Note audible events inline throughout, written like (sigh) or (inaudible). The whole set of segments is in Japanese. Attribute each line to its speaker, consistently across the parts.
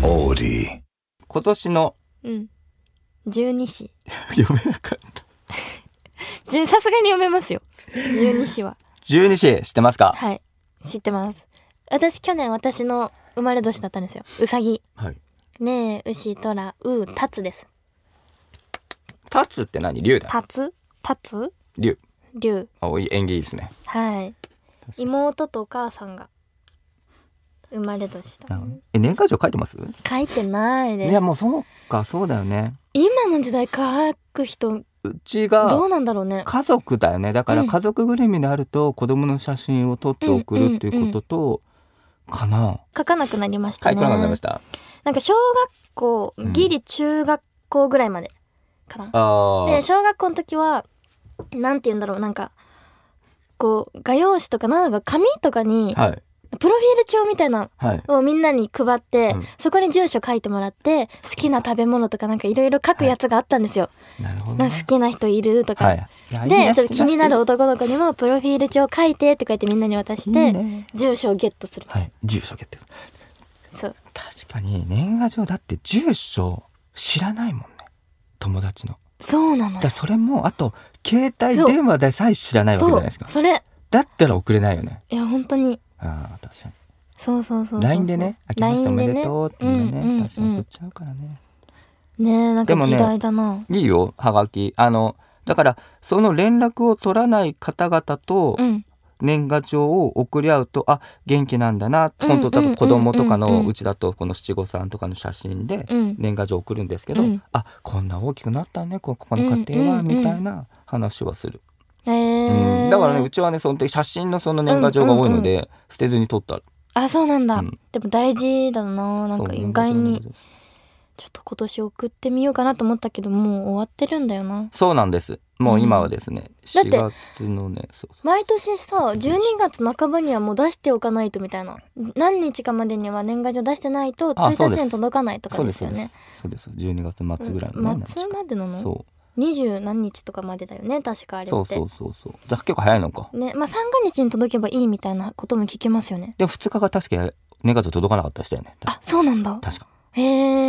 Speaker 1: body,
Speaker 2: 今年の
Speaker 3: うん。十二子。
Speaker 2: (laughs) 読めなかった
Speaker 3: 十さすがに読めますよ。十二子は。
Speaker 2: 十二支知ってますか
Speaker 3: はい。知ってます。私、去年私の生まれ年だったんですよ。うさぎ。
Speaker 2: はい
Speaker 3: ねえ、うし、とら、う、たつです。
Speaker 2: 立つって何竜だ
Speaker 3: たつたつ
Speaker 2: 竜
Speaker 3: りゅう。
Speaker 2: あおい演技いいですね
Speaker 3: はい。妹とお母さんが生まれ年だ。
Speaker 2: え年賀状書いてます
Speaker 3: 書いてない
Speaker 2: い
Speaker 3: です
Speaker 2: や。もうそうかそうだよね
Speaker 3: 今の時代書く人
Speaker 2: うち
Speaker 3: ど
Speaker 2: が
Speaker 3: うなんだろうね。
Speaker 2: 家族だよねだから
Speaker 3: うん
Speaker 2: 家族ぐるみであると子供の写真を撮って送るっていうこととかな
Speaker 3: 書かなくなりまし
Speaker 2: 書
Speaker 3: た
Speaker 2: い
Speaker 3: ね。
Speaker 2: てなくなりました
Speaker 3: なんか小学校
Speaker 2: うん
Speaker 3: ギリ中学校ぐらいまでかな。
Speaker 2: あ
Speaker 3: で
Speaker 2: ー
Speaker 3: 小学校の時はなんて言うんだろうなんかこう画用紙とかなんか紙とかに
Speaker 2: はい
Speaker 3: プロフィール帳みたいな
Speaker 2: はい
Speaker 3: のをみんなに配って、
Speaker 2: うん
Speaker 3: そこに住所書いてもらって好きな食べ物とかなんかいろいろ書くやつがあったんですよ。
Speaker 2: なるほど
Speaker 3: なん
Speaker 2: ね
Speaker 3: か好きな人いるとか。
Speaker 2: はいいやいいね
Speaker 3: でちょっと気になる男の子にもプロフィール帳書いてってこうやってみんなに渡して
Speaker 2: いいね
Speaker 3: 住所をゲットする。
Speaker 2: はい住所決定
Speaker 3: そう
Speaker 2: 確かに年賀状だって住所知らないもんね友達の
Speaker 3: そうな
Speaker 2: だ
Speaker 3: のよ
Speaker 2: からそれもあと携帯電話でさえ知らないわけじゃないですか
Speaker 3: そうそれ
Speaker 2: だったら送れないよね
Speaker 3: いや本当に
Speaker 2: ああ確か
Speaker 3: そうそうそうそう
Speaker 2: に LINE でね「明けましておめでとう」っていうの
Speaker 3: LINE でね
Speaker 2: ね確かに
Speaker 3: うんうんうん
Speaker 2: 送っちゃうからね
Speaker 3: ねえなん
Speaker 2: で
Speaker 3: か
Speaker 2: もね
Speaker 3: 時代だな、
Speaker 2: いいよはがきあのだからその連絡を取らない方々と
Speaker 3: うん
Speaker 2: 年賀状を送り合うとあ元気なんだな
Speaker 3: うん
Speaker 2: 本当多分子供とか
Speaker 3: うんうん
Speaker 2: の
Speaker 3: うん
Speaker 2: うちだとこの七五三とかの写真で
Speaker 3: うん
Speaker 2: 年賀状送るんですけど、
Speaker 3: うん
Speaker 2: あこんな大きくなったねこここの家庭は、
Speaker 3: うんうんうん
Speaker 2: みたいな話はする、
Speaker 3: え
Speaker 2: う
Speaker 3: ー
Speaker 2: んだからねうちはねその時写真のその年賀状が多いので、捨てずに撮った
Speaker 3: あそうなんだ、
Speaker 2: うん
Speaker 3: でも大事だななん
Speaker 2: そ
Speaker 3: か
Speaker 2: う
Speaker 3: 意外
Speaker 2: 年賀
Speaker 3: に
Speaker 2: 状です
Speaker 3: ちょっと今年送ってみようかなと思ったけどもう終わってるんだよな
Speaker 2: そうなんですもう今はですね、
Speaker 3: だっ
Speaker 2: 4
Speaker 3: て
Speaker 2: 月のねそうそう
Speaker 3: 毎年さ12月半ばにはもう出しておかないとみたいな何日かまでには年賀状出してないと
Speaker 2: あそう
Speaker 3: 1
Speaker 2: です
Speaker 3: 日に届かないとか
Speaker 2: そうで
Speaker 3: ですす
Speaker 2: そう
Speaker 3: よ
Speaker 2: です
Speaker 3: ね
Speaker 2: そうです12月末ぐらいの、ね
Speaker 3: うん末までなの
Speaker 2: そ
Speaker 3: 二十何日とかまでだよね確かあ
Speaker 2: う
Speaker 3: れって
Speaker 2: そうそうそうそうじゃあ結構早いのか
Speaker 3: ねまあ三が日に届けばいいみたいなことも聞きますよね
Speaker 2: でも2日が確か年賀状届かなかったりしたよね
Speaker 3: あそうなんだ
Speaker 2: 確か
Speaker 3: へ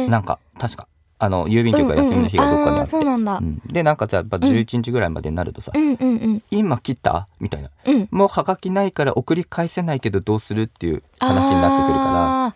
Speaker 3: え
Speaker 2: なんか確かあの郵便局が休みの日がどっかにあって、
Speaker 3: うんうんうんあーそうなんだ、
Speaker 2: うんでなんかじゃあやっぱ11日ぐらいまでになるとさ、
Speaker 3: うんうんうん
Speaker 2: 今切ったみたいな
Speaker 3: うん
Speaker 2: もうはがきないから送り返せないけどどうするっていう話になってくるから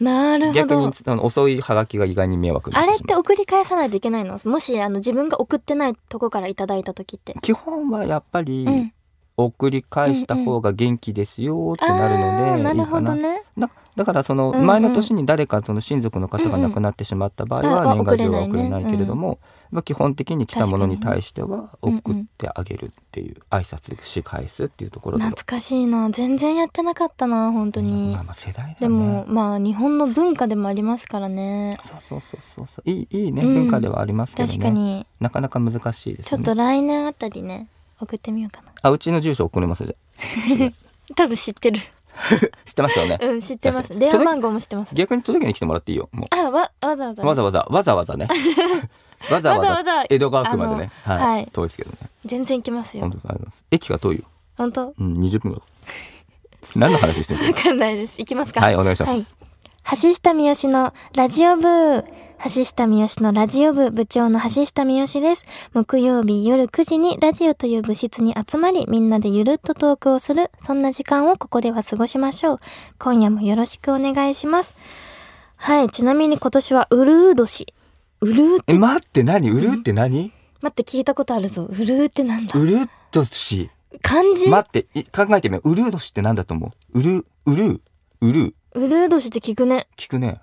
Speaker 3: なる
Speaker 2: ら
Speaker 3: ほど
Speaker 2: 逆にあの遅いはがきが意外に迷惑にな
Speaker 3: あれっ
Speaker 2: しま
Speaker 3: て
Speaker 2: う
Speaker 3: 送り返さないといけないのもしあの自分が送ってないとこからいただいた時って、
Speaker 2: 基本はやっぱり、
Speaker 3: うん
Speaker 2: 送り返した方が元気ですよってなる
Speaker 3: あー
Speaker 2: の
Speaker 3: な
Speaker 2: でいい
Speaker 3: る
Speaker 2: か
Speaker 3: ほ
Speaker 2: な
Speaker 3: どね
Speaker 2: だだからその
Speaker 3: うんうん
Speaker 2: 前の年に誰かその親族の方が亡くなってしまった場合は
Speaker 3: うん
Speaker 2: 年
Speaker 3: うん
Speaker 2: 賀状は
Speaker 3: あ
Speaker 2: 送れないけれども、まあ、基本的に来たものに対しては
Speaker 3: 確か
Speaker 2: 送
Speaker 3: に
Speaker 2: っ
Speaker 3: ね
Speaker 2: てあげるっていう挨拶し返すっていうところでの
Speaker 3: 懐かしいな全然やってなかったな本当に
Speaker 2: まあ、まあ世代だよね
Speaker 3: でもまあ日本の文化でもありますからね
Speaker 2: そうそうそうそうそういいいいね、
Speaker 3: うん
Speaker 2: 文化ではありますけど
Speaker 3: 確か
Speaker 2: ね
Speaker 3: に
Speaker 2: なかなか難しいです
Speaker 3: ちょ
Speaker 2: よ
Speaker 3: っ
Speaker 2: ね
Speaker 3: と来年あたりね送ってみようかな
Speaker 2: あうちの住所送れますじゃ
Speaker 3: 多分知ってる
Speaker 2: あ知ってますよね
Speaker 3: (laughs) うん知ってます
Speaker 2: 確か
Speaker 3: 電
Speaker 2: に
Speaker 3: 話番号も知ってます
Speaker 2: 逆に届けに来てもらっていいよも
Speaker 3: あわわざわざ
Speaker 2: うわざわざわざわざ
Speaker 3: (laughs)
Speaker 2: ねわざわ
Speaker 3: わざわ
Speaker 2: ざ
Speaker 3: ざ
Speaker 2: 江戸川区までね
Speaker 3: あの
Speaker 2: は
Speaker 3: はいい
Speaker 2: 遠いですけどね
Speaker 3: 全然行きますよ
Speaker 2: 本当にありがとうございます駅が遠いよ
Speaker 3: 本当わ
Speaker 2: うん、20分ぐらい。何の話してるん
Speaker 3: (laughs)
Speaker 2: です
Speaker 3: かんないです行きます
Speaker 2: か
Speaker 3: か
Speaker 2: はい、お願いします。
Speaker 3: はい。橋下三好のラジオ部。橋下三好のラジオ部部長の橋下三好です。木曜日夜9時にラジオという部室に集まり、みんなでゆるっとトークをする、そんな時間をここでは過ごしましょう。今夜もよろしくお願いします。はい、ちなみに今年はうるう年。うるうっ
Speaker 2: え、
Speaker 3: て、待
Speaker 2: 待って、何うるって何
Speaker 3: って聞いたことあるぞ。うるうってなんだ
Speaker 2: うるっとし。
Speaker 3: 漢字、
Speaker 2: 待って、い考えてみよう。うるう年って何だと思ううる、うるう、うる
Speaker 3: うるう年って聞くね。
Speaker 2: 聞くね。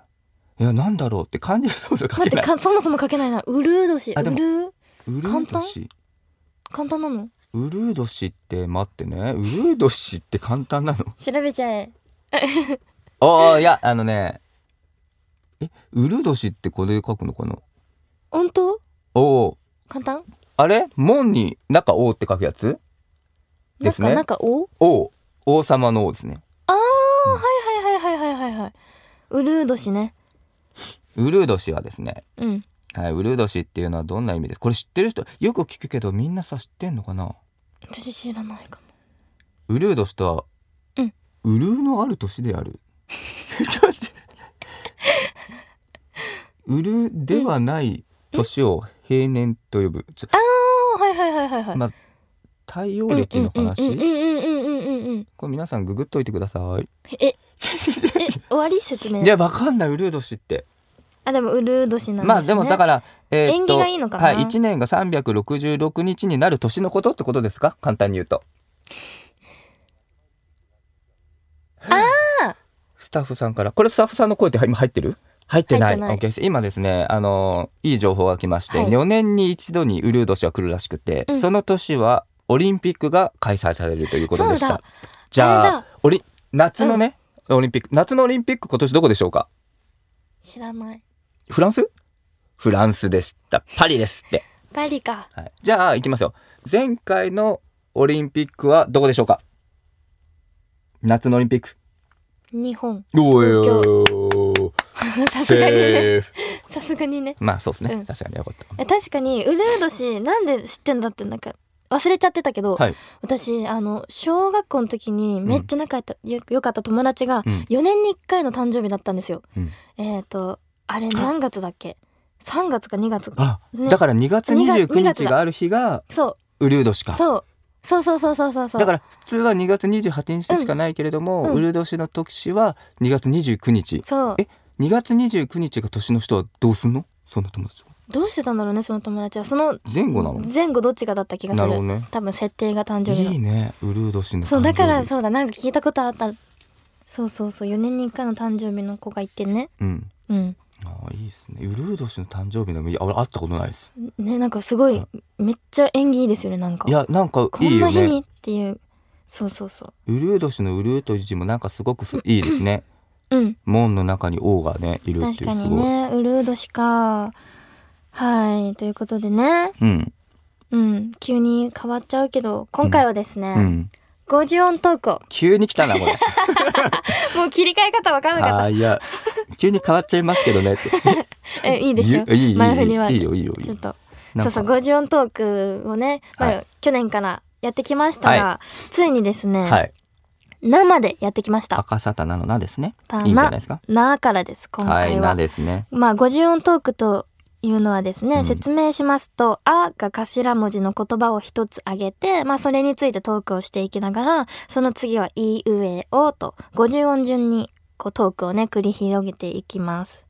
Speaker 2: いや、なんだろうって漢字でそもそも書
Speaker 3: 待
Speaker 2: け
Speaker 3: って、
Speaker 2: ない。
Speaker 3: かそもそも書けないな。うるう年。
Speaker 2: あ
Speaker 3: う
Speaker 2: でも
Speaker 3: るう
Speaker 2: うるう年。
Speaker 3: 簡単なの
Speaker 2: うるう年って待ってね。うるう年って簡単なの
Speaker 3: 調べちゃえ。
Speaker 2: (laughs) ああ、いや、あのね。え、うるう年ってこれで書くのかな
Speaker 3: 本当
Speaker 2: おおー。
Speaker 3: 簡単
Speaker 2: あれ門に中王って書くやつですね
Speaker 3: なんか、なんか、お
Speaker 2: 王。王様の王ですね。
Speaker 3: ああ、はいはいはいはいはいはいはい。うるう年ね。
Speaker 2: ウルード氏はですね、
Speaker 3: うん。
Speaker 2: はい、ウルード氏っていうのはどんな意味ですこれ知ってる人よく聞くけどみんなさ知ってんのかな
Speaker 3: 私知らないかも。
Speaker 2: ウルード氏とは、
Speaker 3: うん
Speaker 2: (laughs) ウルーのある年であるちょっと待って売るではない年を平年と呼ぶ。ちょ
Speaker 3: ああ、はいはいはいはいはい。
Speaker 2: まあ、太陽暦の
Speaker 3: うんう
Speaker 2: 話。
Speaker 3: んうんうんうんうんうんうん。
Speaker 2: これ皆さんググっといてください。 (laughs)
Speaker 3: え、え、終わり説明
Speaker 2: い。や、わかんない、ウルー年って。
Speaker 3: あ、でも、うるう年なんですね。
Speaker 2: まあ、でも、だから、えーっ
Speaker 3: 縁
Speaker 2: と
Speaker 3: 起がいいのかな
Speaker 2: はい、一年が三百六十六日になる年のことってことですか、簡単に言うと。
Speaker 3: あー
Speaker 2: スタッフさんから、これスタッフさんの声って今入ってる。入ってない。
Speaker 3: 入ってない
Speaker 2: OK です今ですね、あのーいい情報が来まして、
Speaker 3: はい
Speaker 2: 4年に一度にウルー年は来るらしくて、
Speaker 3: うん
Speaker 2: その年はオリンピックが開催されるということでし
Speaker 3: そうだ
Speaker 2: た。じゃ
Speaker 3: あれ
Speaker 2: あ
Speaker 3: だ、
Speaker 2: オリ、夏のね、オリンピック、夏のオリンピック今年どこでしょうか。
Speaker 3: 知らない。
Speaker 2: フランス。フランスでした。パリですって。
Speaker 3: パリか。
Speaker 2: はい、じゃあ行きますよ前回のオリンピックはどこでしょうか夏のオリンピック
Speaker 3: 日
Speaker 2: (laughs)
Speaker 3: 本。
Speaker 2: お
Speaker 3: いおい
Speaker 2: ー
Speaker 3: さすがにね。さすがにね。
Speaker 2: まあそうですね、
Speaker 3: うん
Speaker 2: さすがによかった
Speaker 3: え確かにウルード氏なんで知ってんだってなんか忘れちゃってたけど、
Speaker 2: はい
Speaker 3: 私あの小学校の時にめっちゃ仲良かった,よ、良かった友達が
Speaker 2: うん
Speaker 3: 4年に1回の誕生日だったんですよ。
Speaker 2: うん
Speaker 3: えっ、とあれ何月だっけ ?3 月か2月か。
Speaker 2: あ、
Speaker 3: ね
Speaker 2: だから2月29
Speaker 3: 2月
Speaker 2: 日
Speaker 3: だ
Speaker 2: がある日が
Speaker 3: そう
Speaker 2: ウルード氏か
Speaker 3: そうそうそうそうそうそうそう。
Speaker 2: だから普通は2月28日しかないけれども、
Speaker 3: うん
Speaker 2: ウルード氏の年は2月29日
Speaker 3: そう
Speaker 2: え2月29日が年の人はどうすんのそんな友達は
Speaker 3: どうしてたんだろうねその友達はその
Speaker 2: 前後なの
Speaker 3: 前後どっちかだった気がす
Speaker 2: な
Speaker 3: る。
Speaker 2: るほどね
Speaker 3: 多分設定が誕生日の
Speaker 2: いいねウルード氏の誕生日
Speaker 3: そうだからそうだなんか聞いたことあったそうそうそう4年に1回の誕生日の子がいてね
Speaker 2: うん
Speaker 3: うん
Speaker 2: ああいいですね。ウルード氏の誕生日でもいい。あ俺会ったことないです。
Speaker 3: ねなんかすごい
Speaker 2: は
Speaker 3: めっちゃ縁起いいですよねなんか
Speaker 2: いやなんか
Speaker 3: こ
Speaker 2: いい
Speaker 3: んな
Speaker 2: よ
Speaker 3: 日
Speaker 2: ね。
Speaker 3: にっていうそうそうそ
Speaker 2: ウルード氏のウルーという字もなんかすごくすいいです
Speaker 3: (laughs)
Speaker 2: ね。
Speaker 3: ううん
Speaker 2: 門の中に王がねいるって
Speaker 3: 確
Speaker 2: い
Speaker 3: か
Speaker 2: うす
Speaker 3: に
Speaker 2: ごい。
Speaker 3: ねうるう年かはいということでね
Speaker 2: うん
Speaker 3: うん急に変わっちゃうけど今回はですね、
Speaker 2: うん。
Speaker 3: 五十音トークを
Speaker 2: 急に来たなこれ。
Speaker 3: (laughs) もう切り替え方わかんなか
Speaker 2: あ
Speaker 3: っ
Speaker 2: ーいや急に変わっちゃいますけどねって。
Speaker 3: た (laughs) えいいですよ
Speaker 2: ゆいいいい
Speaker 3: 前振りはい
Speaker 2: いよいいよいい
Speaker 3: ちょ
Speaker 2: よ
Speaker 3: っ。と
Speaker 2: なん
Speaker 3: そ
Speaker 2: か
Speaker 3: うそう五十音トークをね、まあ
Speaker 2: は
Speaker 3: 去年からやってきましたが、ついにですね、
Speaker 2: はい。
Speaker 3: 生でやってきました
Speaker 2: 赤沙汰なのなですね。
Speaker 3: た
Speaker 2: いいんじゃないですか。
Speaker 3: なからです今
Speaker 2: は
Speaker 3: 回
Speaker 2: い
Speaker 3: は、
Speaker 2: なですね。
Speaker 3: まあ五十音トークというのはですね、
Speaker 2: うん
Speaker 3: 説明しますと「あ」が頭文字の言葉を一つ挙げて、まあ、それについてトークをしていきながらその次は「い」「う」「え」「お」と五十音順にこうトークをね繰り広げていきます。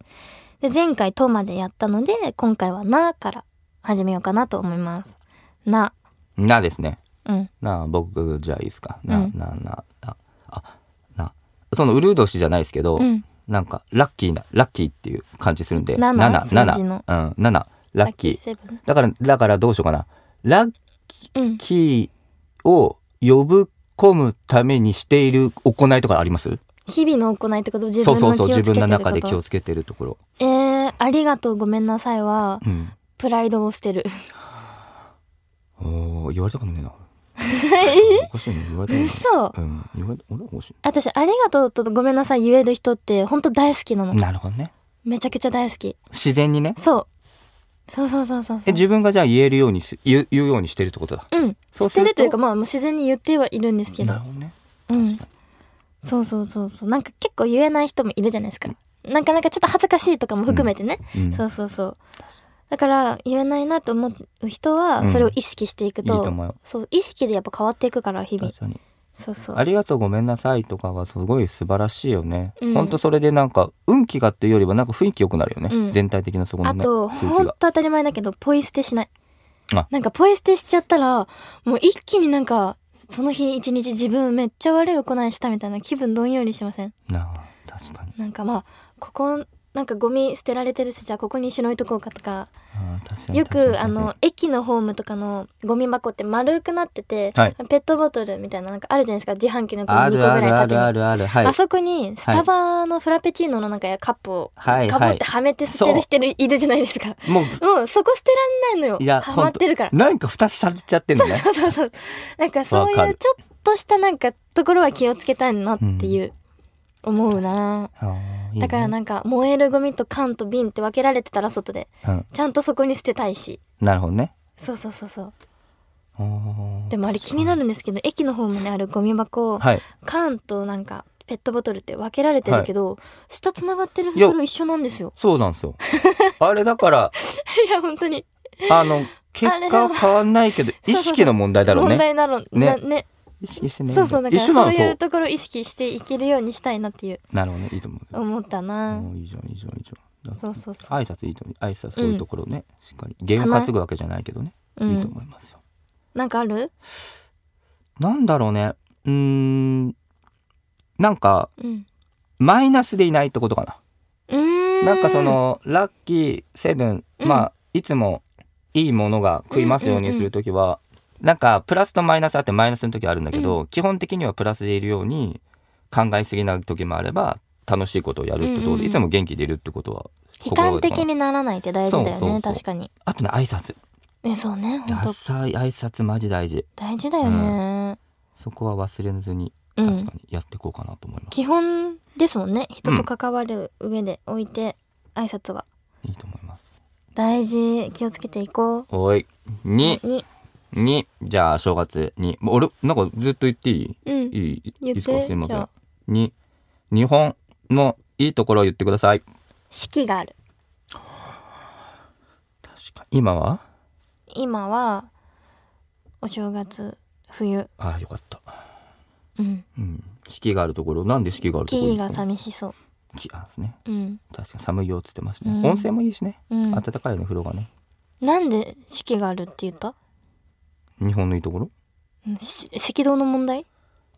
Speaker 3: で前回「と」までやったので今回は「な」から始めようかなと思います。な、
Speaker 2: なですね。
Speaker 3: うん、
Speaker 2: なあ僕じゃあいいですか。な
Speaker 3: うん
Speaker 2: なななあなそのウルード氏じゃないですけど。
Speaker 3: うん、
Speaker 2: なんかラッキーなラッキーっていう感じするんで
Speaker 3: 7
Speaker 2: 7
Speaker 3: 数字の
Speaker 2: うん7ラッキー
Speaker 3: セブン
Speaker 2: だからだからどうしようかなラッ
Speaker 3: うん、
Speaker 2: キーを呼ぶ込むためにしている行いとかあります
Speaker 3: 日々の行いってこと自
Speaker 2: そう
Speaker 3: 分
Speaker 2: そ
Speaker 3: の
Speaker 2: うそう
Speaker 3: 気をつけ
Speaker 2: 自
Speaker 3: てる
Speaker 2: 分の中で
Speaker 3: こ
Speaker 2: 気
Speaker 3: と
Speaker 2: をつけてるところ、
Speaker 3: えー、ありがとうごめんなさいは
Speaker 2: うん、
Speaker 3: プライドを捨てる
Speaker 2: おー言われたことねえなおかしいね言われたことない
Speaker 3: 嘘
Speaker 2: うん言われたあれおかし
Speaker 3: 私ありがとうとごめんなさい言える人って本当大好きなの
Speaker 2: いなるほどね
Speaker 3: めちゃくちゃ大好き
Speaker 2: 自然にね
Speaker 3: そうそうそうそうそうそう
Speaker 2: え自分がじゃあ言えるようにし言う言うようにしてるってことだ
Speaker 3: うん
Speaker 2: そうす
Speaker 3: 捨て
Speaker 2: ると
Speaker 3: るというかまあもう自然に言ってはいるんですけ
Speaker 2: な
Speaker 3: ど
Speaker 2: るほどね
Speaker 3: うんそうそうそうそうなんか結構言えない人もいるじゃないですかなかなかちょっと恥ずかしいとかも含めてね、
Speaker 2: うん
Speaker 3: そうそうそうだから言えないなと思う人は
Speaker 2: うん
Speaker 3: それを意識していくと,、
Speaker 2: いいと思うよ
Speaker 3: そう意識でやっぱ変わっていくから日々
Speaker 2: 確かに
Speaker 3: そうそう
Speaker 2: ありがとうごめんなさいとかがすごい素晴らしいよね。
Speaker 3: うん
Speaker 2: ほんとそれでなんか運気がっていうよりはなんか雰囲気良くなるよね。
Speaker 3: うん
Speaker 2: 全体的なそこの
Speaker 3: あ
Speaker 2: ね。
Speaker 3: と、
Speaker 2: 空
Speaker 3: ほ
Speaker 2: 気
Speaker 3: んと
Speaker 2: が。
Speaker 3: 当たり前だけど、ポイ捨てしない
Speaker 2: あ。
Speaker 3: なんかポイ捨てしちゃったら、もう一気になんか、その日一日自分めっちゃ悪い行いしたみたいな気分どんよりしません
Speaker 2: なあ確かに。
Speaker 3: なんかまあ、ここ、なんかゴミ捨てられてるし、じゃあここにしのいとこうかとか、
Speaker 2: あー確かに
Speaker 3: よ
Speaker 2: 確かに
Speaker 3: くあの
Speaker 2: 確、
Speaker 3: 駅のホームとかのゴミ箱って丸くなってて、
Speaker 2: はい
Speaker 3: ペットボトルみたいななんかあるじゃないですか、自販機のこう
Speaker 2: か
Speaker 3: 2
Speaker 2: に
Speaker 3: 個ぐ
Speaker 2: あ
Speaker 3: らい
Speaker 2: るあ
Speaker 3: 縦
Speaker 2: るあ
Speaker 3: に。
Speaker 2: るあるはい
Speaker 3: あ。そこにスタバのフラペチーノのなんかカップを
Speaker 2: はい
Speaker 3: かぶってはめて捨てる人いるじゃないですか。
Speaker 2: も
Speaker 3: もうそこ捨てらんないの
Speaker 2: い
Speaker 3: よ
Speaker 2: や
Speaker 3: ハマってるから
Speaker 2: うなんか二つしゃっちゃってんのね。
Speaker 3: (laughs) そうそうそうなんかそう
Speaker 2: わか
Speaker 3: いう
Speaker 2: る
Speaker 3: ちょっとしたなんかところは気をつけたいなっていう、思うな
Speaker 2: あーいいね
Speaker 3: だからなんか燃えるゴミと缶と瓶って分けられてたら外で
Speaker 2: うん
Speaker 3: ちゃんとそこに捨てたいし
Speaker 2: なるほどね。
Speaker 3: そうそうそうそう
Speaker 2: おー
Speaker 3: でもあれ気になるんですけど駅の方まであるゴミ箱を
Speaker 2: はい。
Speaker 3: 缶となんかペペットボトルって分けられてるけど、下つながってる
Speaker 2: いや
Speaker 3: 袋一緒なんですよ。
Speaker 2: そうなん
Speaker 3: (laughs)
Speaker 2: ですよ。あれだから、
Speaker 3: いや本当に
Speaker 2: あの、結果は変わんないけど、
Speaker 3: そう
Speaker 2: 意識の問題だろう
Speaker 3: 問
Speaker 2: ね。
Speaker 3: 題だろう
Speaker 2: ね
Speaker 3: なね
Speaker 2: 意識してね。
Speaker 3: そうそうだか
Speaker 2: 一
Speaker 3: ら
Speaker 2: 緒なの
Speaker 3: そう
Speaker 2: そ
Speaker 3: いう
Speaker 2: う。
Speaker 3: ところ意識していけるようにしたいなっていう
Speaker 2: なるほどね、いいと思う。
Speaker 3: 思ったな。
Speaker 2: もういいじゃん、いいじゃん、いいじゃん。
Speaker 3: そうそうそう。
Speaker 2: 挨拶いいと思う。挨拶そういうところね、しっかり。ゲーム担ぐわけじゃないけどね、
Speaker 3: う
Speaker 2: いいと
Speaker 3: ん。
Speaker 2: 思いますよ。
Speaker 3: なんかある？
Speaker 2: なんだろうね。うーん。なんか、
Speaker 3: うん。
Speaker 2: マイナスでいないってことかな。
Speaker 3: うーん。
Speaker 2: なんかそのラッキーセブン、
Speaker 3: うん
Speaker 2: まあいつもいいものが食いますようにするときは、なんかプラスとマイナスあってマイナスの時あるんだけど、基本的にはプラスでいるように考えすぎない時もあれば楽しいことをやるってところ
Speaker 3: うんうん
Speaker 2: で、
Speaker 3: うん
Speaker 2: いつも元気でいるってことは
Speaker 3: 悲観的
Speaker 2: に
Speaker 3: にならないって大事だよね
Speaker 2: そうそうそう
Speaker 3: 確かに。
Speaker 2: あとね挨拶
Speaker 3: えそうね本当
Speaker 2: 浅い挨拶マジ大事
Speaker 3: 大事だよね。
Speaker 2: そこは忘れずに
Speaker 3: う
Speaker 2: 確
Speaker 3: ん
Speaker 2: か。にやっていこうかなと思います、
Speaker 3: 基本ですもんね人と関わる上でおいて挨拶はい
Speaker 2: いと思います
Speaker 3: 大事気をつけていこう。
Speaker 2: おいに
Speaker 3: に
Speaker 2: にじゃあ正月にもう俺なんかずっと言っていい
Speaker 3: うん
Speaker 2: いいい
Speaker 3: 言
Speaker 2: いで
Speaker 3: って
Speaker 2: すかすいませ
Speaker 3: じゃあ
Speaker 2: ん。に、日本のいいところを言ってください。
Speaker 3: 四季がある。
Speaker 2: 確か今は
Speaker 3: 今はお正月冬
Speaker 2: ああ、よかった。
Speaker 3: うん
Speaker 2: うん。四季があるところ、なんで四季があると
Speaker 3: 木
Speaker 2: ころ
Speaker 3: 々が寂しそ
Speaker 2: 木あですね。
Speaker 3: ううん
Speaker 2: 確かに寒いよって言ってますね。
Speaker 3: うん
Speaker 2: 温泉もいいしね。
Speaker 3: うん
Speaker 2: 暖かいね、風呂がね。
Speaker 3: なんで四季があるって言った、
Speaker 2: 日本のいいところ
Speaker 3: うん、し赤道の問題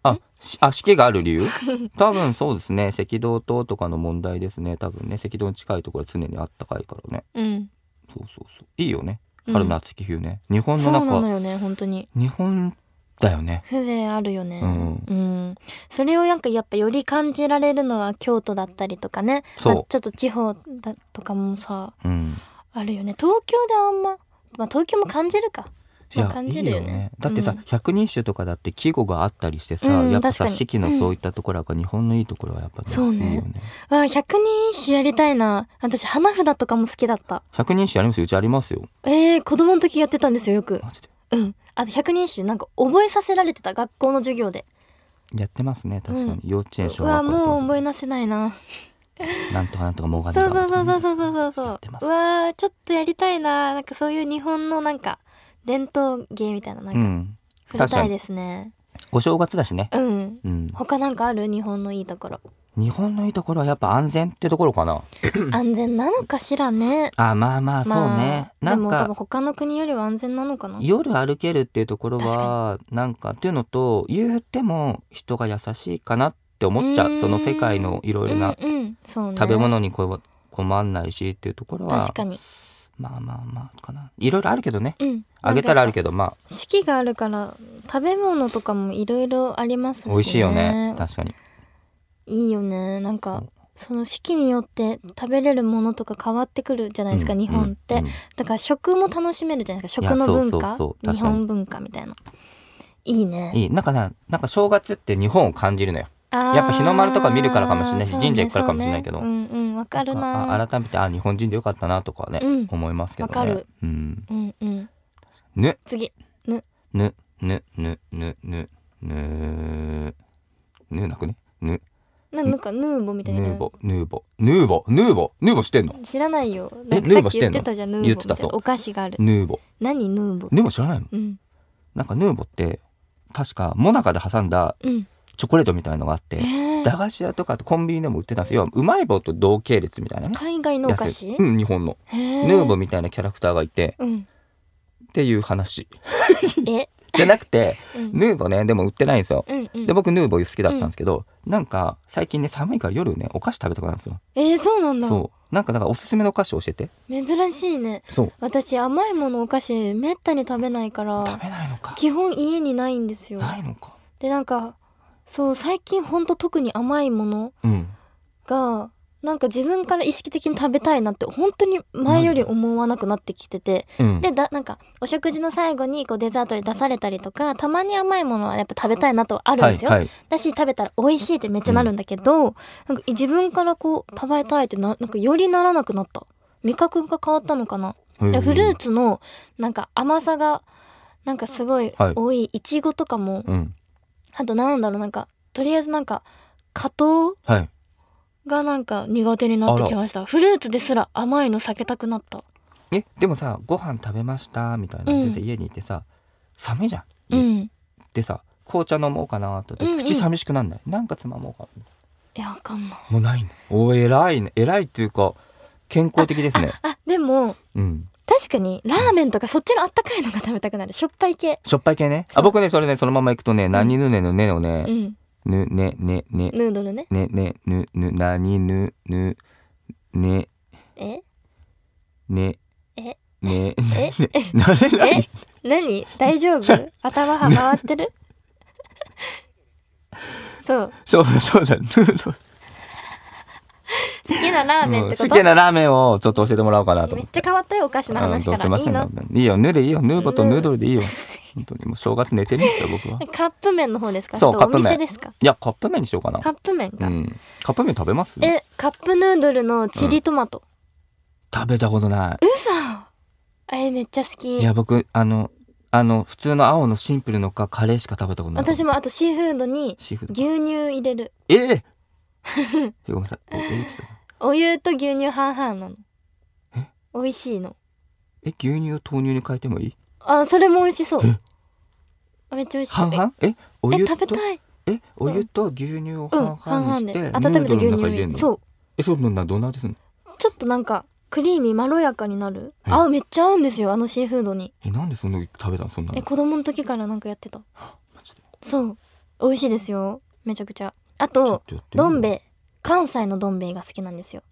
Speaker 2: あ、しあ、四季がある理由 (laughs) 多分そうですね。赤道島とかの問題ですね。多分ね、赤道に近いところは常に暖かいからね。
Speaker 3: うん
Speaker 2: そうそうそう。いいよね。
Speaker 3: うん
Speaker 2: 春夏秋冬ね。日本
Speaker 3: そ
Speaker 2: の
Speaker 3: うなの
Speaker 2: 中、
Speaker 3: よね本当に
Speaker 2: 日本だよね。
Speaker 3: 風情あるよね
Speaker 2: うん
Speaker 3: うんそれをなんかやっぱより感じられるのは京都だったりとかね、ま
Speaker 2: そう
Speaker 3: あ、ちょっと地方だとかもさ
Speaker 2: うん。
Speaker 3: あるよね東京であんままあ東京も感じるか
Speaker 2: いや
Speaker 3: まあ感じるよね
Speaker 2: いいだってさ、
Speaker 3: うん
Speaker 2: 百人種とかだって季語があったりしてさ、
Speaker 3: うん
Speaker 2: やっぱ
Speaker 3: 確か
Speaker 2: さ
Speaker 3: に
Speaker 2: 四季のそういったところが日本のいいところはやっぱ、
Speaker 3: そうね
Speaker 2: いいよね
Speaker 3: わあ百人一首やりたいな私花札とかも好きだった
Speaker 2: 百人種ありますようちありますよ
Speaker 3: えー、子供の時やってたんですよよく
Speaker 2: マジで
Speaker 3: うんあと百人一首なんか覚えさせられてた学校の授業で
Speaker 2: やってますね確かに、幼稚園
Speaker 3: う
Speaker 2: 小
Speaker 3: わ
Speaker 2: 学校
Speaker 3: もう思い
Speaker 2: な
Speaker 3: 出せないな
Speaker 2: なんとかなんとかもがね
Speaker 3: そう
Speaker 2: が
Speaker 3: そうそうそう
Speaker 2: う
Speaker 3: そうそうそう
Speaker 2: やってます
Speaker 3: うわーちょっとやりたいななんかそういう日本のなんか伝統芸みたいななんか
Speaker 2: ん
Speaker 3: 触れ
Speaker 2: 確か
Speaker 3: たい
Speaker 2: に
Speaker 3: ですね
Speaker 2: お正月だしね
Speaker 3: うん
Speaker 2: うん
Speaker 3: 他なんかある日本のいいと
Speaker 2: (clears throat)
Speaker 3: ころ
Speaker 2: 日本のいいところはやっぱ安全ってところかな
Speaker 3: 安全なのかしらね
Speaker 2: あまあまあそうね、
Speaker 3: ま
Speaker 2: な
Speaker 3: あ、で
Speaker 2: ん
Speaker 3: も多分
Speaker 2: か
Speaker 3: 他の国よりは安全なのかな
Speaker 2: 夜歩けるっていうところはなんかっていうのと言っても人が優しいかなって思っちゃ
Speaker 3: ん
Speaker 2: うその世界のいろいろな
Speaker 3: うんうんそうね
Speaker 2: 食べ物にこ困んないしっていうところは
Speaker 3: 確かに
Speaker 2: まあまあまあかないろいろあるけどね
Speaker 3: うん
Speaker 2: あげたらあ
Speaker 3: る
Speaker 2: るけどま
Speaker 3: 四季があるから食べ物とかもいろいろありますし、
Speaker 2: あ
Speaker 3: ね、
Speaker 2: 美味しいよね確かに
Speaker 3: いいよねなんか
Speaker 2: そう
Speaker 3: その四季によって食べれるものとか変わってくるじゃないですか、
Speaker 2: うん
Speaker 3: 日本って、
Speaker 2: うんうん
Speaker 3: だから食も楽しめるじゃないですか
Speaker 2: いや
Speaker 3: 食の文化
Speaker 2: そうそうそう
Speaker 3: 日
Speaker 2: 確かに
Speaker 3: 本文化みたいないいね
Speaker 2: いいなんかななんか正月って日本を感じるのよ
Speaker 3: や
Speaker 2: やっぱ日の丸とか見るからかもしれないし神社行くからかもしれないけど
Speaker 3: うねうんうんわかる
Speaker 2: ん
Speaker 3: な
Speaker 2: かあ改めてあ日本人でよかったなとかね、
Speaker 3: うん
Speaker 2: 思いますけどね
Speaker 3: わかる
Speaker 2: うん
Speaker 3: うんうん
Speaker 2: ぬ
Speaker 3: 次
Speaker 2: ぬぬぬぬぬぬぬなくねぬ
Speaker 3: ななんかヌーボみたい
Speaker 2: ヌ
Speaker 3: な
Speaker 2: ーボヌーボヌーボヌーボヌーボしてんの
Speaker 3: 知らないよ
Speaker 2: え
Speaker 3: なんかさ
Speaker 2: ヌー
Speaker 3: っ
Speaker 2: ボ
Speaker 3: き
Speaker 2: 知
Speaker 3: 言
Speaker 2: ってんの
Speaker 3: ってたじゃんヌーボ
Speaker 2: 言
Speaker 3: み
Speaker 2: ったて
Speaker 3: い
Speaker 2: た
Speaker 3: な
Speaker 2: そう
Speaker 3: お菓子がある
Speaker 2: ヌーボ
Speaker 3: 何ヌーボ
Speaker 2: ヌーボ知らないの
Speaker 3: うん
Speaker 2: なんかヌーボって確かモナカで挟んだ
Speaker 3: うん
Speaker 2: チョコレートみたいのがあって
Speaker 3: えー
Speaker 2: 駄菓子屋とかコンビニでも売ってたんですよ要はうまい棒と同系列みたいなね
Speaker 3: 海外のお菓
Speaker 2: 安
Speaker 3: 子
Speaker 2: いうん日本の
Speaker 3: へ
Speaker 2: ヌーボみたいなキャラクターがいて
Speaker 3: うん
Speaker 2: っていう話
Speaker 3: え
Speaker 2: じゃなくて
Speaker 3: うん
Speaker 2: ヌーボねでも売ってないんですよ
Speaker 3: うんうん
Speaker 2: で僕ヌーボ好きだったんですけど、なんか最近ね寒いから夜ねお菓子食べたくなるんですよ
Speaker 3: えーそうなんだ
Speaker 2: そうなんかだからおすすめのお菓子教えて
Speaker 3: 珍しいね
Speaker 2: そう
Speaker 3: 私甘いものお菓子めったに食べないから
Speaker 2: 食べないのか
Speaker 3: 基本家にないんですよ
Speaker 2: ないのか
Speaker 3: でなんかそう最近ほんと特に甘いもの
Speaker 2: うん
Speaker 3: がなんか自分から意識的に食べたいなって本当に前より思わなくなってきてて
Speaker 2: うん
Speaker 3: でだなんかお食事の最後にこうデザートで出されたりとかたまに甘いものはやっぱ食べたいなとはあるん
Speaker 2: は
Speaker 3: で
Speaker 2: い
Speaker 3: すよ、
Speaker 2: はい
Speaker 3: だし食べたら美味しいってめっちゃなるんだけど、なんか自分からこう食べたいってななんかよりならなくなった味覚が変わったのかな、
Speaker 2: フ
Speaker 3: でフルーツのなんか甘さがなんかすごい
Speaker 2: はい
Speaker 3: 多いいちごとかも
Speaker 2: うん
Speaker 3: あとなんだろうなんかとりあえずなんか加糖
Speaker 2: はい。
Speaker 3: がなんか苦手になってきましたフルーツですら甘いの避けたくなった
Speaker 2: え、でもさ、ご飯食べましたみたいな。
Speaker 3: うん
Speaker 2: でさ家にいてさ、寒いじゃん。
Speaker 3: う
Speaker 2: 家
Speaker 3: ん
Speaker 2: でさ、紅茶飲もうかなって言って
Speaker 3: うんうん
Speaker 2: 口寂しくなんない。なんかつまもうかな。
Speaker 3: いやわかんない
Speaker 2: もうないの。お、偉いね。偉いっていうか、健康的ですね。
Speaker 3: あでも
Speaker 2: うん。
Speaker 3: 確かにラーメンとかそっちのあったかいのが食べたくなるしょっぱい系
Speaker 2: しょっぱい系ね。あ、僕ね、それね、そのまま行くとね、何ぬねのねの
Speaker 3: う
Speaker 2: ね、
Speaker 3: ん
Speaker 2: ぬ、ね、ね、ね、
Speaker 3: ヌードルね
Speaker 2: ね、ね、ぬ、ぬ、なにぬ、ぬ、ね、
Speaker 3: え
Speaker 2: ね、
Speaker 3: え (laughs)
Speaker 2: ね、
Speaker 3: え
Speaker 2: なれな
Speaker 3: え
Speaker 2: い。
Speaker 3: 何大丈夫頭は回ってる (laughs) そう
Speaker 2: そうだ、そうだ、ヌードル
Speaker 3: 好きなラーメン
Speaker 2: う
Speaker 3: っ
Speaker 2: ん
Speaker 3: て
Speaker 2: 好
Speaker 3: こと、
Speaker 2: きなラーメンをちょっと教えてもらおうかなと
Speaker 3: め
Speaker 2: 思
Speaker 3: っ
Speaker 2: って。
Speaker 3: ちゃ変わったよお菓子の話か
Speaker 2: うんど
Speaker 3: ら
Speaker 2: う
Speaker 3: い
Speaker 2: す
Speaker 3: い
Speaker 2: ませ
Speaker 3: の
Speaker 2: んいいよ、ぬでいいよ、ヌーボと
Speaker 3: うん
Speaker 2: ヌードルでいい
Speaker 3: (laughs)
Speaker 2: よ。本当にもう正月寝てるんですよ、僕は。
Speaker 3: カップ麺の方ですか
Speaker 2: そう
Speaker 3: れと
Speaker 2: カップ
Speaker 3: お店
Speaker 2: 麺
Speaker 3: ですか
Speaker 2: いや、カップ麺にしようかな。
Speaker 3: カップ麺
Speaker 2: う
Speaker 3: か、
Speaker 2: ん。カップ麺食べます
Speaker 3: えカップヌードルのチリトマト、
Speaker 2: 食べたことな
Speaker 3: うそえめっちゃ好
Speaker 2: い。
Speaker 3: き
Speaker 2: いや、僕、あの、あの、普通の青のシンプルのか、カレーしか食べたことない。
Speaker 3: 私もあとシーフードに
Speaker 2: シーフード。
Speaker 3: 牛乳入れる
Speaker 2: ええ (laughs) ごめんなさい。え、えいくつ
Speaker 3: お湯と牛乳半々なの美味しいの
Speaker 2: え、牛乳を豆乳に変えてもいい
Speaker 3: あそれも美味しそう
Speaker 2: え
Speaker 3: あめっちゃ美味しそう
Speaker 2: 半々え、お
Speaker 3: ええ
Speaker 2: 湯
Speaker 3: 食べ
Speaker 2: と、
Speaker 3: たい
Speaker 2: え、お湯と牛乳を
Speaker 3: うん
Speaker 2: 半々
Speaker 3: 半々
Speaker 2: にし
Speaker 3: で
Speaker 2: て、
Speaker 3: 温めて牛
Speaker 2: ヌードルの
Speaker 3: 乳
Speaker 2: 中
Speaker 3: 入
Speaker 2: に入
Speaker 3: れ
Speaker 2: れ
Speaker 3: る
Speaker 2: るの
Speaker 3: そう
Speaker 2: え、そうなんだ、どんな味するの
Speaker 3: ちょっとなんかクリーミーまろやかになる
Speaker 2: え
Speaker 3: 合うめっちゃ合うんですよあのシーフードに
Speaker 2: え、なんでそんな食べたのそんなの
Speaker 3: え子供の時からなんかやってた
Speaker 2: マジで
Speaker 3: そう美味しいですよめちゃくちゃあ
Speaker 2: ちょっ
Speaker 3: と
Speaker 2: とやってみよ
Speaker 3: ど
Speaker 2: うん
Speaker 3: 兵衛関西のどん兵衛が好きなんですよ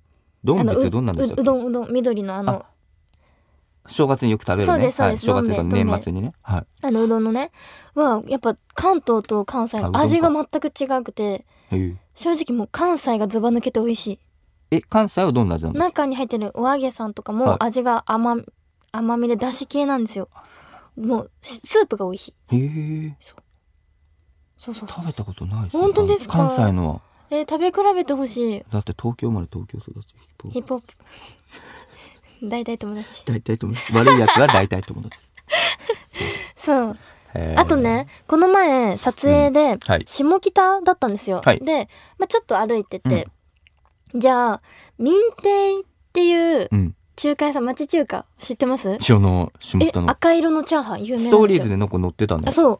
Speaker 2: どん
Speaker 3: あ
Speaker 2: べ
Speaker 3: の
Speaker 2: ってどんなんでしたっ
Speaker 3: うう
Speaker 2: け
Speaker 3: どんうどん緑のあの
Speaker 2: 正月によく食べるね。
Speaker 3: そうですそうです
Speaker 2: はい、正月
Speaker 3: どん
Speaker 2: と
Speaker 3: 兵衛
Speaker 2: 年末にね。はい。
Speaker 3: あのうどんのねはやっぱ関東と関西
Speaker 2: あうどん
Speaker 3: の
Speaker 2: か
Speaker 3: 味が全く違くて
Speaker 2: へえ
Speaker 3: 正直もう関西がずば抜けて美味しい
Speaker 2: え、関西はどんな味なんだ
Speaker 3: 中に入ってるお揚げさんとか
Speaker 2: はい
Speaker 3: も味が甘,、甘みでだし系なんですよもうしスープが美味しい
Speaker 2: へえ。
Speaker 3: そうそうそう
Speaker 2: 食べたことないっ
Speaker 3: 本当ですか
Speaker 2: 関西のは。
Speaker 3: えー食べ比べてほしい
Speaker 2: だって東京生まれ東京育ち。
Speaker 3: ヒップホップ (laughs) 大体友達
Speaker 2: 大体友達。悪いやつは大体友
Speaker 3: (laughs)
Speaker 2: 達。
Speaker 3: そう
Speaker 2: へー
Speaker 3: あと。ねこの前撮影で
Speaker 2: はい。
Speaker 3: 下北だったんですよ、
Speaker 2: はい
Speaker 3: で、まあ、ちょっと歩いてて、じゃあ民亭っていう
Speaker 2: うん。
Speaker 3: 中華屋さん町中華知ってます
Speaker 2: 一応の下
Speaker 3: え
Speaker 2: 北の。
Speaker 3: 赤色のチャーハン有名なんです
Speaker 2: ス
Speaker 3: よ
Speaker 2: トーリーズでなんか載ってたね
Speaker 3: あ。そう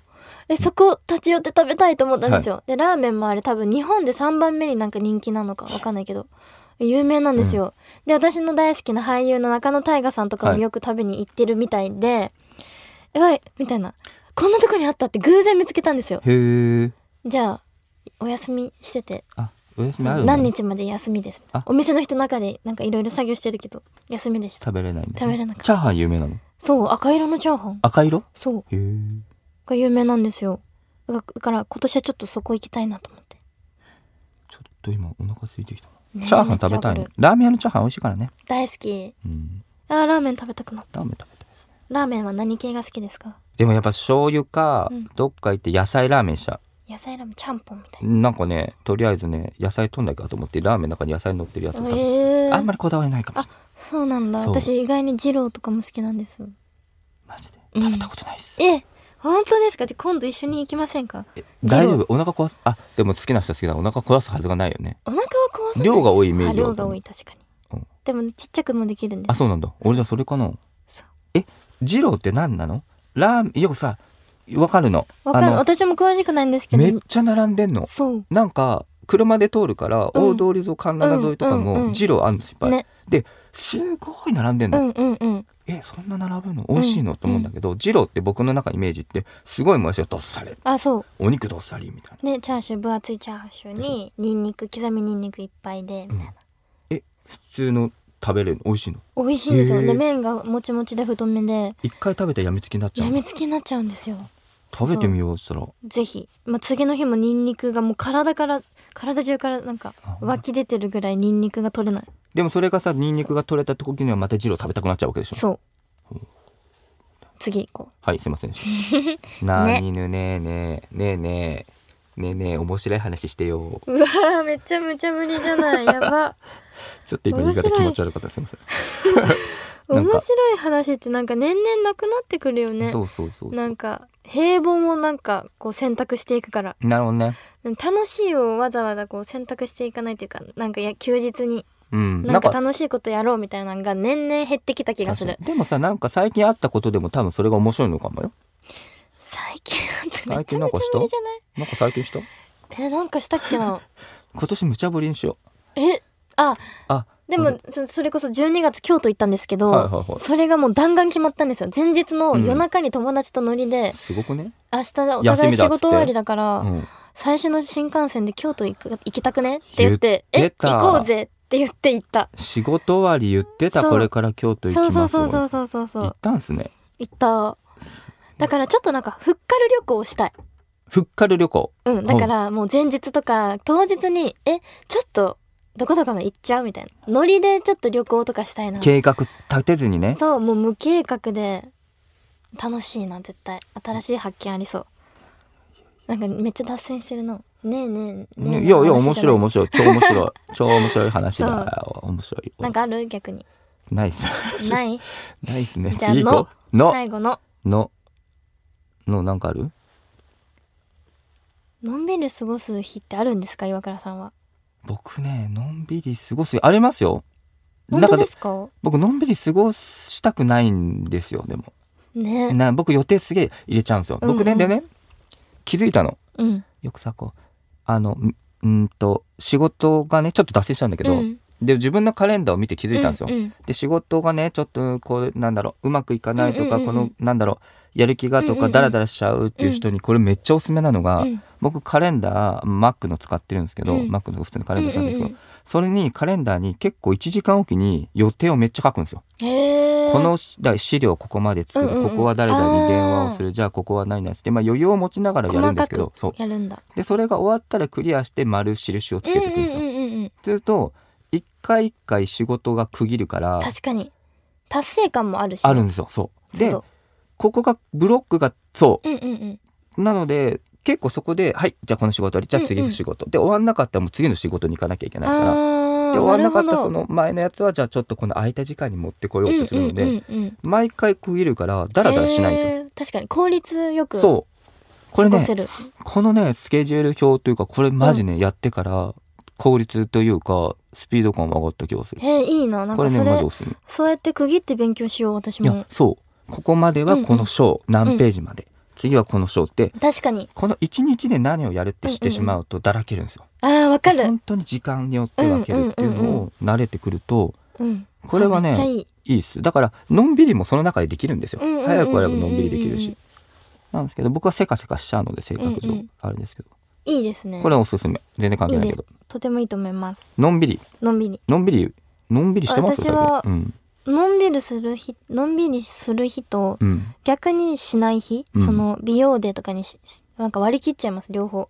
Speaker 3: えそこ立ち寄って食べたいと思ったんですよ、でラーメンもあれ多分日本で3番目になんか人気なのかわかんないけど有名なんですよ、で私の大好きな俳優の中野大我さんとかも
Speaker 2: はい
Speaker 3: よく食べに行ってるみたいで「えわい」みたいなこんなとこにあったって偶然見つけたんですよ
Speaker 2: へえ。
Speaker 3: じゃあお休みしてて
Speaker 2: あ、お休みあるの
Speaker 3: 何日まで休みです
Speaker 2: あ
Speaker 3: お店の人の中でなんかいろいろ作業してるけど休みでした
Speaker 2: 食べれないんだ。
Speaker 3: 食べれなかった
Speaker 2: チャーハン有名なの
Speaker 3: そう赤色のチャーハン
Speaker 2: 赤色
Speaker 3: そう
Speaker 2: へえ。
Speaker 3: が有名なんですよだからだから今年はちょっとそこ行きたいなと思って、
Speaker 2: ちょっと今お腹空いてきたな。
Speaker 3: ねえ
Speaker 2: チャーハン食べたい
Speaker 3: めっ
Speaker 2: ね
Speaker 3: ちゃわかる。
Speaker 2: ラーメン屋のチャーハン美味しいからね。
Speaker 3: 大好き
Speaker 2: うん。
Speaker 3: あーラーメン食べたくなった
Speaker 2: ラーメン食べたい。
Speaker 3: ラーメンは何系が好きですか
Speaker 2: でもやっぱ醤油か、
Speaker 3: うん
Speaker 2: どっか行って野菜ラーメンした
Speaker 3: 野菜ラーメンちゃんぽんみたい
Speaker 2: なんかねとりあえずね野菜取んなきゃと思ってラーメンの中に野菜乗ってるやつを
Speaker 3: な
Speaker 2: 食べて、
Speaker 3: えー、
Speaker 2: あんまりこだわりないかもしれない
Speaker 3: そうなんだ
Speaker 2: そう
Speaker 3: 私意外に二郎とかも好きなんです
Speaker 2: マジで
Speaker 3: うん
Speaker 2: 食べたことないっす、
Speaker 3: え本当ですかじゃあ今度一緒に行きませんか
Speaker 2: え大丈夫お腹壊すあでも好きな人は好きだお腹壊すはずがないよね
Speaker 3: お腹は壊さない
Speaker 2: 量が多いイメージ
Speaker 3: あ
Speaker 2: は
Speaker 3: 量が多い確か
Speaker 2: う
Speaker 3: に、
Speaker 2: ん
Speaker 3: でもちっちゃくもできるんで
Speaker 2: あ
Speaker 3: す
Speaker 2: そうなんだ俺じゃあそれかな
Speaker 3: そう
Speaker 2: 二郎って何なのラーメンよくさわかるの
Speaker 3: わかん
Speaker 2: あの
Speaker 3: 私も詳しくないんですけど
Speaker 2: めっちゃ並んでんの
Speaker 3: そう
Speaker 2: なんか車で通るから
Speaker 3: う
Speaker 2: 大
Speaker 3: ん
Speaker 2: 通り沿い神奈川沿いとか
Speaker 3: うんうんう
Speaker 2: も
Speaker 3: ん
Speaker 2: 二郎あるんですいっぱい、
Speaker 3: ね
Speaker 2: ですごい並んでん
Speaker 3: う
Speaker 2: の、
Speaker 3: んうんうん
Speaker 2: えそんな並ぶの美味しいの、と思うんだけど二郎って僕の中イメージってすごいもやしがどっさり
Speaker 3: あそう
Speaker 2: お肉どっさりみたいな
Speaker 3: ねチャーシュー分厚いチャーシューにニンニク刻みニンニクいっぱいでみたいな、
Speaker 2: え普通の食べれるの美味しいの
Speaker 3: 美味しいんですよ
Speaker 2: へー
Speaker 3: で麺がもちもちで太めで
Speaker 2: 一回食べてやみつきになっちゃ
Speaker 3: や
Speaker 2: うの
Speaker 3: みつきになっちゃうんですよ
Speaker 2: 食べてみようそしたら
Speaker 3: ぜひ、まあ、次の日もニンニクがもう体から体中からなんか
Speaker 2: あ
Speaker 3: 湧き出てるぐらいニンニクが取れない
Speaker 2: でもそれがさニンニクが取れた時にはまた二郎食べたくなっちゃうわけでしょ
Speaker 3: そう次行こ
Speaker 2: はいすいませんでしたなーにぬねえねえねえねえねえねえ面白い話してよ
Speaker 3: ううわーめ
Speaker 2: (laughs)
Speaker 3: ちゃむちゃぶりじゃないやば
Speaker 2: ちょっと今言い方気持ち悪かったすいませんなん
Speaker 3: 面
Speaker 2: か
Speaker 3: 白い話ってなんか年々なくなってくるよね
Speaker 2: そうそうそう
Speaker 3: なんか平凡をなんかこう選択していくから
Speaker 2: なるほどね
Speaker 3: 楽しいをわざわざこう選択していかないというかなんかや休日に
Speaker 2: うん
Speaker 3: なんか楽しいことやろうみたいなのが年々減ってきた気がする
Speaker 2: 確かにでもさなんか最近あったことでも多分それが面白いのかもよ
Speaker 3: 最近なんて
Speaker 2: 最
Speaker 3: めちゃ
Speaker 2: 近
Speaker 3: め
Speaker 2: なん
Speaker 3: ちゃ
Speaker 2: かした
Speaker 3: 無理じゃない
Speaker 2: なんか最近した
Speaker 3: えなんかしたっけな
Speaker 2: 今年無茶ぶりにしよ
Speaker 3: えあ
Speaker 2: うあ
Speaker 3: で
Speaker 2: う
Speaker 3: も
Speaker 2: ん
Speaker 3: そそれこそ12月京都行ったんですけど、
Speaker 2: はいはいはい
Speaker 3: それがもう弾丸決まったんですよ前日の夜中に友達と乗りで、
Speaker 2: すごくね
Speaker 3: 明日お互い仕事終わりだから
Speaker 2: うん
Speaker 3: 最初の新幹線で京都行く行きたくねって言って
Speaker 2: 言っ
Speaker 3: え
Speaker 2: てた
Speaker 3: 行こうぜって言って行った
Speaker 2: 仕事終わり言ってた
Speaker 3: そう
Speaker 2: これから京都行き
Speaker 3: そ
Speaker 2: ま
Speaker 3: う
Speaker 2: す
Speaker 3: そうそうそううそうそうそ
Speaker 2: 行っ
Speaker 3: う
Speaker 2: たんすね
Speaker 3: 行っただからちょっとなんかふっかる旅行をしたい
Speaker 2: ふっかる旅行
Speaker 3: うんだからもう前日とか当日にえちょっとどこどこまで行っちゃうみたいなノリでちょっと旅行とかしたいな
Speaker 2: 計画立てずにね
Speaker 3: そうもう無計画で楽しいな絶対新しい発見ありそうなんかめっちゃ脱線してるのねえねえねえ
Speaker 2: ねいやいや面
Speaker 3: 話じゃ
Speaker 2: 白
Speaker 3: ない
Speaker 2: 面白い超面白い
Speaker 3: (laughs)
Speaker 2: 超面白い話だ面白い
Speaker 3: なんかある逆に
Speaker 2: ないっす (laughs)
Speaker 3: ない
Speaker 2: ないっすね
Speaker 3: じゃあ
Speaker 2: 次行こうの
Speaker 3: 最後の
Speaker 2: ののなんかある
Speaker 3: のんびり過ごす日ってあるんですか岩倉さんは
Speaker 2: 僕ねのんびり過ごすありますよ
Speaker 3: 本
Speaker 2: な
Speaker 3: 当
Speaker 2: んか
Speaker 3: ですか
Speaker 2: 僕のんびり過ごしたくないんですよでも
Speaker 3: ね
Speaker 2: な僕予定すげえ入れちゃうんですよ
Speaker 3: うんうん
Speaker 2: 僕ね、でね気づいたの
Speaker 3: うん
Speaker 2: よくさこうあのんうんと仕事がねちょっと脱線したんだけど、
Speaker 3: うん
Speaker 2: で自分のカレンダーを見て気づいたんですよ、
Speaker 3: うんうん
Speaker 2: で仕事がねちょっとこうなんだろううまくいかないとか、
Speaker 3: うんうんうん
Speaker 2: このなんだろうやる気がと
Speaker 3: うんうんう
Speaker 2: か
Speaker 3: ん
Speaker 2: ダラダラしちゃうっていう人にこれめっちゃおすすめなのが、
Speaker 3: うん
Speaker 2: 僕カレンダー Mac の使ってるんですけど、
Speaker 3: うん
Speaker 2: Mac の普通のカレンダー使ってるんですけど、
Speaker 3: うんうん
Speaker 2: それにカレンダーに結構1時間おきに予定をめっちゃ書くんですよ。
Speaker 3: へえ
Speaker 2: このしだ資料ここまで作る、
Speaker 3: うんうんうん
Speaker 2: ここは誰々に電話をするじゃあここは何々して、まあ、余裕を持ちながらやるんですけどそう
Speaker 3: やるんだ
Speaker 2: でそれが終わったらクリアして丸印をつ
Speaker 3: うん
Speaker 2: け
Speaker 3: う
Speaker 2: て
Speaker 3: んう
Speaker 2: くんですよ。
Speaker 3: んうんうん
Speaker 2: すると一回一回仕事が区切るから
Speaker 3: 確かに達成感もあるしね
Speaker 2: あるんですよ。そう
Speaker 3: そう
Speaker 2: でここがブロックがそ
Speaker 3: うんうんうん
Speaker 2: うなので結構そこではいじゃあこの仕事終わりじゃあ次の仕事、で終わんなかったらもう次の仕事に行かなきゃいけないから。
Speaker 3: あ
Speaker 2: で
Speaker 3: ー
Speaker 2: 終わんなかっ
Speaker 3: る
Speaker 2: た
Speaker 3: ほ
Speaker 2: そ
Speaker 3: ど
Speaker 2: の前のやつはじゃあちょっとこの空いた時間に持ってこようとするので、
Speaker 3: うんうんうんうん
Speaker 2: 毎回区切るからダラダラしないんですよ。
Speaker 3: へー確かに効率よく過
Speaker 2: そうこれ
Speaker 3: ご
Speaker 2: ね
Speaker 3: せる、
Speaker 2: このねスケジュール表というかこれマジね、やってから効率というかスピード感は上がった気がする。
Speaker 3: えーいいななん
Speaker 2: こ
Speaker 3: か
Speaker 2: れね
Speaker 3: それ
Speaker 2: マジおすすめ。
Speaker 3: そうやって区切って勉強しよう私
Speaker 2: い
Speaker 3: も
Speaker 2: やそうここまではこの章、何ページまで、次はこの章って
Speaker 3: 確かに
Speaker 2: この1日で何をやるって知っ
Speaker 3: うん
Speaker 2: て
Speaker 3: うんうん
Speaker 2: しまうとだらけるんですよ。
Speaker 3: あーわかる
Speaker 2: 本当に時間によって分けるっていう
Speaker 3: うんうんうん
Speaker 2: のを慣れてくると
Speaker 3: うん
Speaker 2: これは
Speaker 3: あ
Speaker 2: ね
Speaker 3: めっちゃいい
Speaker 2: いいっすだからのんびりもその中でできるんですよ。
Speaker 3: うんうんうんうん
Speaker 2: 早く早くのんびりできる
Speaker 3: うんう
Speaker 2: し
Speaker 3: ん。
Speaker 2: なんですけど僕はせかせかしちゃうので性格
Speaker 3: うんう
Speaker 2: 上
Speaker 3: ん
Speaker 2: あれですけど
Speaker 3: いいですね
Speaker 2: これはおすすめ全然関係ないけど
Speaker 3: とてもいいと思います
Speaker 2: のんびり
Speaker 3: のんびり
Speaker 2: のんびりのんびりしてます
Speaker 3: 私
Speaker 2: 最
Speaker 3: は
Speaker 2: 近うん
Speaker 3: のんびりする日のんびりする日と
Speaker 2: うん
Speaker 3: 逆にしない日、
Speaker 2: うん
Speaker 3: その美容デーとかにししなんか割り切っちゃいます両方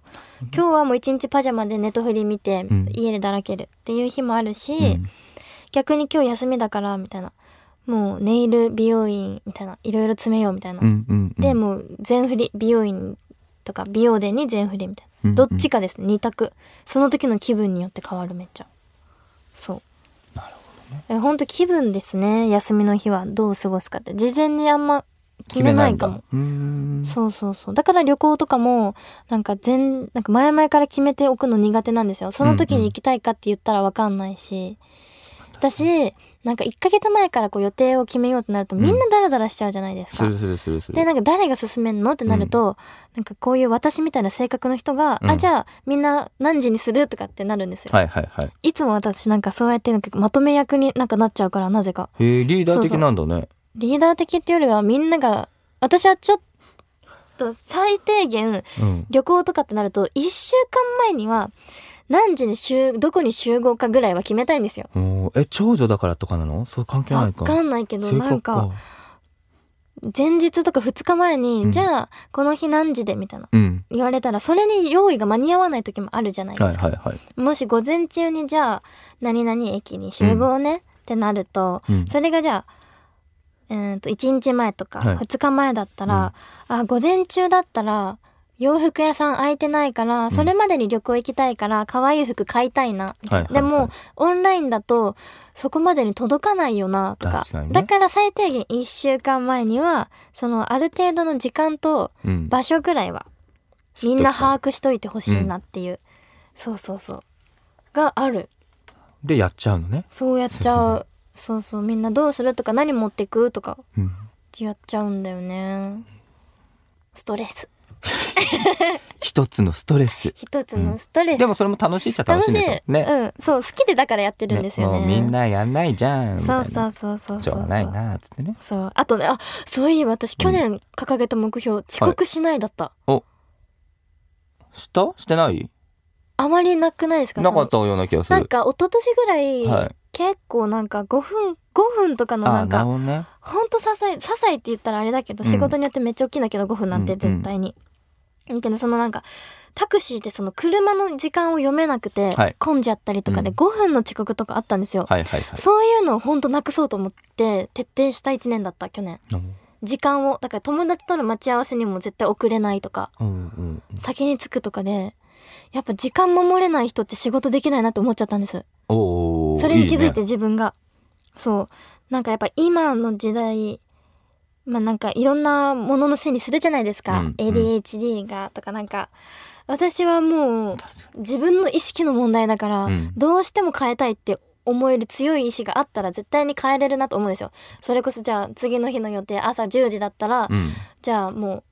Speaker 3: 今日はもう一日パジャマでネトフリ見て、
Speaker 2: うん
Speaker 3: 家でだらけるっていう日もあるし、
Speaker 2: うん
Speaker 3: 逆に今日休みだからみたいなもうネイル美容院みたいないろいろ詰めようみたいな、
Speaker 2: うんうん
Speaker 3: でもう全振り美容院とか美容デーに全振りみたいな、
Speaker 2: うんうん
Speaker 3: どっちかですね2択その時の気分によって変わるめっちゃそう
Speaker 2: なる
Speaker 3: えほんと気分ですね休みの日はどう過ごすかって事前にあんま決めないかも
Speaker 2: 決めないんだうーん
Speaker 3: そうそうそうだから旅行とかもなんか全なんか前々から決めておくの苦手なんですよその時に行きたいかって言ったら分かんないし、私なんか1ヶ月前からこう予定を決めようとなるとみんなダラダラしちゃうじゃないです
Speaker 2: す
Speaker 3: か、
Speaker 2: るするするする
Speaker 3: でなんか誰が勧めんのってなると、なんかこういう私みたいな性格の人が、
Speaker 2: うん
Speaker 3: あじゃあみんな何時にするとかってなるんですよ、
Speaker 2: はいはいはい
Speaker 3: い、つも私なんかそうやってなんかまとめ役になんかなっちゃうからなぜか
Speaker 2: へえリーダー的なんだね
Speaker 3: リーダー的っていうよりはみんなが私はちょっと最低限
Speaker 2: うん
Speaker 3: 旅行とかってなると1週間前には何時に集どこに集合かぐらいは決めたいんですよ。
Speaker 2: おーえ長女だからとかなのそう関係な
Speaker 3: わ
Speaker 2: いか
Speaker 3: かんないけど
Speaker 2: 性
Speaker 3: なん
Speaker 2: 格
Speaker 3: か前日とか2日前に、
Speaker 2: うん
Speaker 3: じゃあこの日何時でみたいな
Speaker 2: うん
Speaker 3: 言われたらそれに用意が間に合わない時もあるじゃないですか。
Speaker 2: はいはいはい
Speaker 3: もし午前中にじゃあ何々駅に集合ね、ってなると、
Speaker 2: うん
Speaker 3: それがじゃあうーんと1日前とか
Speaker 2: はい
Speaker 3: 2日前だったら、
Speaker 2: うん
Speaker 3: あ午前中だったら洋服屋さん空いてないから、それまでに旅行行きたいから、可愛い服買いたいな。
Speaker 2: はいはいはい
Speaker 3: でも、オンラインだと、そこまでに届かないよな、とか。
Speaker 2: 確かにね
Speaker 3: だから最低限1週間前には、その、ある程度の時間と
Speaker 2: うん、
Speaker 3: 場所ぐらいは、みんな
Speaker 2: は
Speaker 3: 把握しといてほしいなっていう、そうそうそう。がある。
Speaker 2: でやっちゃうのね、
Speaker 3: そうやっちゃう。そうそう、みんなどうするとか、何持ってくとか、
Speaker 2: うん、
Speaker 3: やっちゃうんだよね。ストレス。
Speaker 2: 一つのストレス
Speaker 3: 一つのストレス。
Speaker 2: でもそれも楽しいっちゃ楽しいんですよね
Speaker 3: うん、そう好きでだからやってるんですよね。
Speaker 2: もうみんなやんないじゃんみたい
Speaker 3: そう
Speaker 2: な
Speaker 3: そうそうそう
Speaker 2: し
Speaker 3: そう
Speaker 2: ょうが
Speaker 3: そう。
Speaker 2: ないなーっつってね
Speaker 3: そうあとねあそういえば私去年掲げた目標、遅刻しないだった、
Speaker 2: したしてない
Speaker 3: あまりなくないですか
Speaker 2: なかっ
Speaker 3: そ
Speaker 2: たような気がす
Speaker 3: の
Speaker 2: る
Speaker 3: なんか一昨年ぐらい、
Speaker 2: はい
Speaker 3: 結構なんか5分5分とかのな
Speaker 2: あ
Speaker 3: ん
Speaker 2: なる
Speaker 3: か
Speaker 2: ほどね
Speaker 3: ほんと些細些細って言ったらあれだけど、
Speaker 2: うん
Speaker 3: 仕事によってめっちゃ大きいんだけど5分なんて
Speaker 2: うんうん
Speaker 3: 絶対に。だけどそのなんかタクシーでその車の時間を読めなくて、
Speaker 2: はい
Speaker 3: 混んじゃったりとかで
Speaker 2: うん
Speaker 3: 5分の遅刻とかあったんですよ。
Speaker 2: はいはいはい
Speaker 3: そういうのをほんとなくそうと思って徹底した1年だった去年
Speaker 2: うん
Speaker 3: 時間をだから友達との待ち合わせにも絶対遅れないとか
Speaker 2: うんうん
Speaker 3: 先に着くとかでやっぱ時間守れない人って仕事できないなと思っちゃったんです
Speaker 2: おー
Speaker 3: それに気づい
Speaker 2: ね
Speaker 3: て自分がそうなんかやっぱ今の時代まあなんかいろんなもののせいにするじゃないですか、
Speaker 2: うんうん
Speaker 3: ADHD がとかなんか私はもう
Speaker 2: 確か
Speaker 3: 自分の意識の問題だから、
Speaker 2: うん
Speaker 3: どうしても変えたいって思える強い意志があったら絶対に変えれるなと思うんですよ。それこそじゃあ次の日の予定朝10時だったら、
Speaker 2: にうん
Speaker 3: じゃあも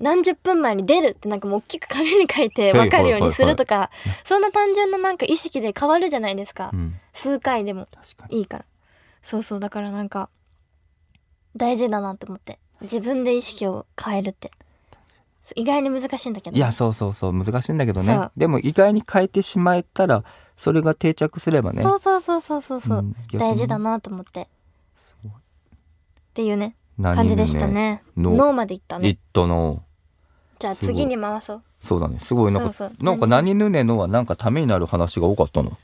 Speaker 3: う何十分前に出るってなんかもう大きく紙に書いて
Speaker 2: はい
Speaker 3: 分かるようにするとかそんな単純ななんか意識で変わるじゃないですか、
Speaker 2: うん
Speaker 3: 数回でも
Speaker 2: 確かに
Speaker 3: いいからそうそうだからなんか大事だなって思って自分で意識を変えるってそう意外に難しいんだけど
Speaker 2: いやそうそうそう難しいんだけどね
Speaker 3: そう
Speaker 2: でも意外に変えてしまえたらそれが定着すればね
Speaker 3: そうそうそうそうそうそう、
Speaker 2: ん逆に
Speaker 3: 大事だなと思ってっていうね
Speaker 2: 何
Speaker 3: 感じでしたね
Speaker 2: の
Speaker 3: 脳までいった
Speaker 2: い
Speaker 3: ね
Speaker 2: っとの
Speaker 3: じゃあ
Speaker 2: すごい
Speaker 3: 次に回そう
Speaker 2: そうだねすごいなんか
Speaker 3: そうそう
Speaker 2: なんか何ぬねのはなんかためになる話が多かったの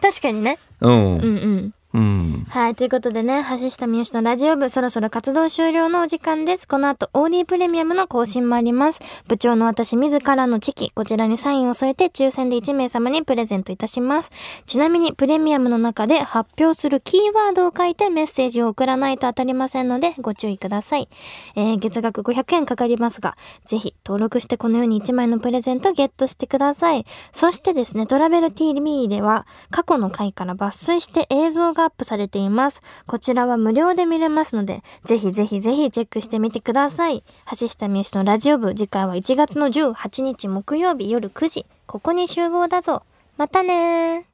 Speaker 3: 確かにね
Speaker 2: うん
Speaker 3: うんうん
Speaker 2: うん
Speaker 3: はいということでね橋下三好のラジオ部そろそろ活動終了のお時間ですこの後 OD プレミアムの更新もあります部長の私自らのチェキこちらにサインを添えて抽選で1名様にプレゼントいたしますちなみにプレミアムの中で発表するキーワードを書いてメッセージを送らないと当たりませんのでご注意ください、えー月額500円かかりますがぜひ登録してこのように1枚のプレゼントゲットしてくださいそしてですねトラベル TV では過去の回から抜粋して映像がアップされていますこちらは無料で見れますのでぜひぜひぜひチェックしてみてください橋下美由のラジオ部次回は1月の18日木曜日夜9時ここに集合だぞまたね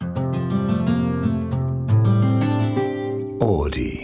Speaker 3: ー
Speaker 1: Audi.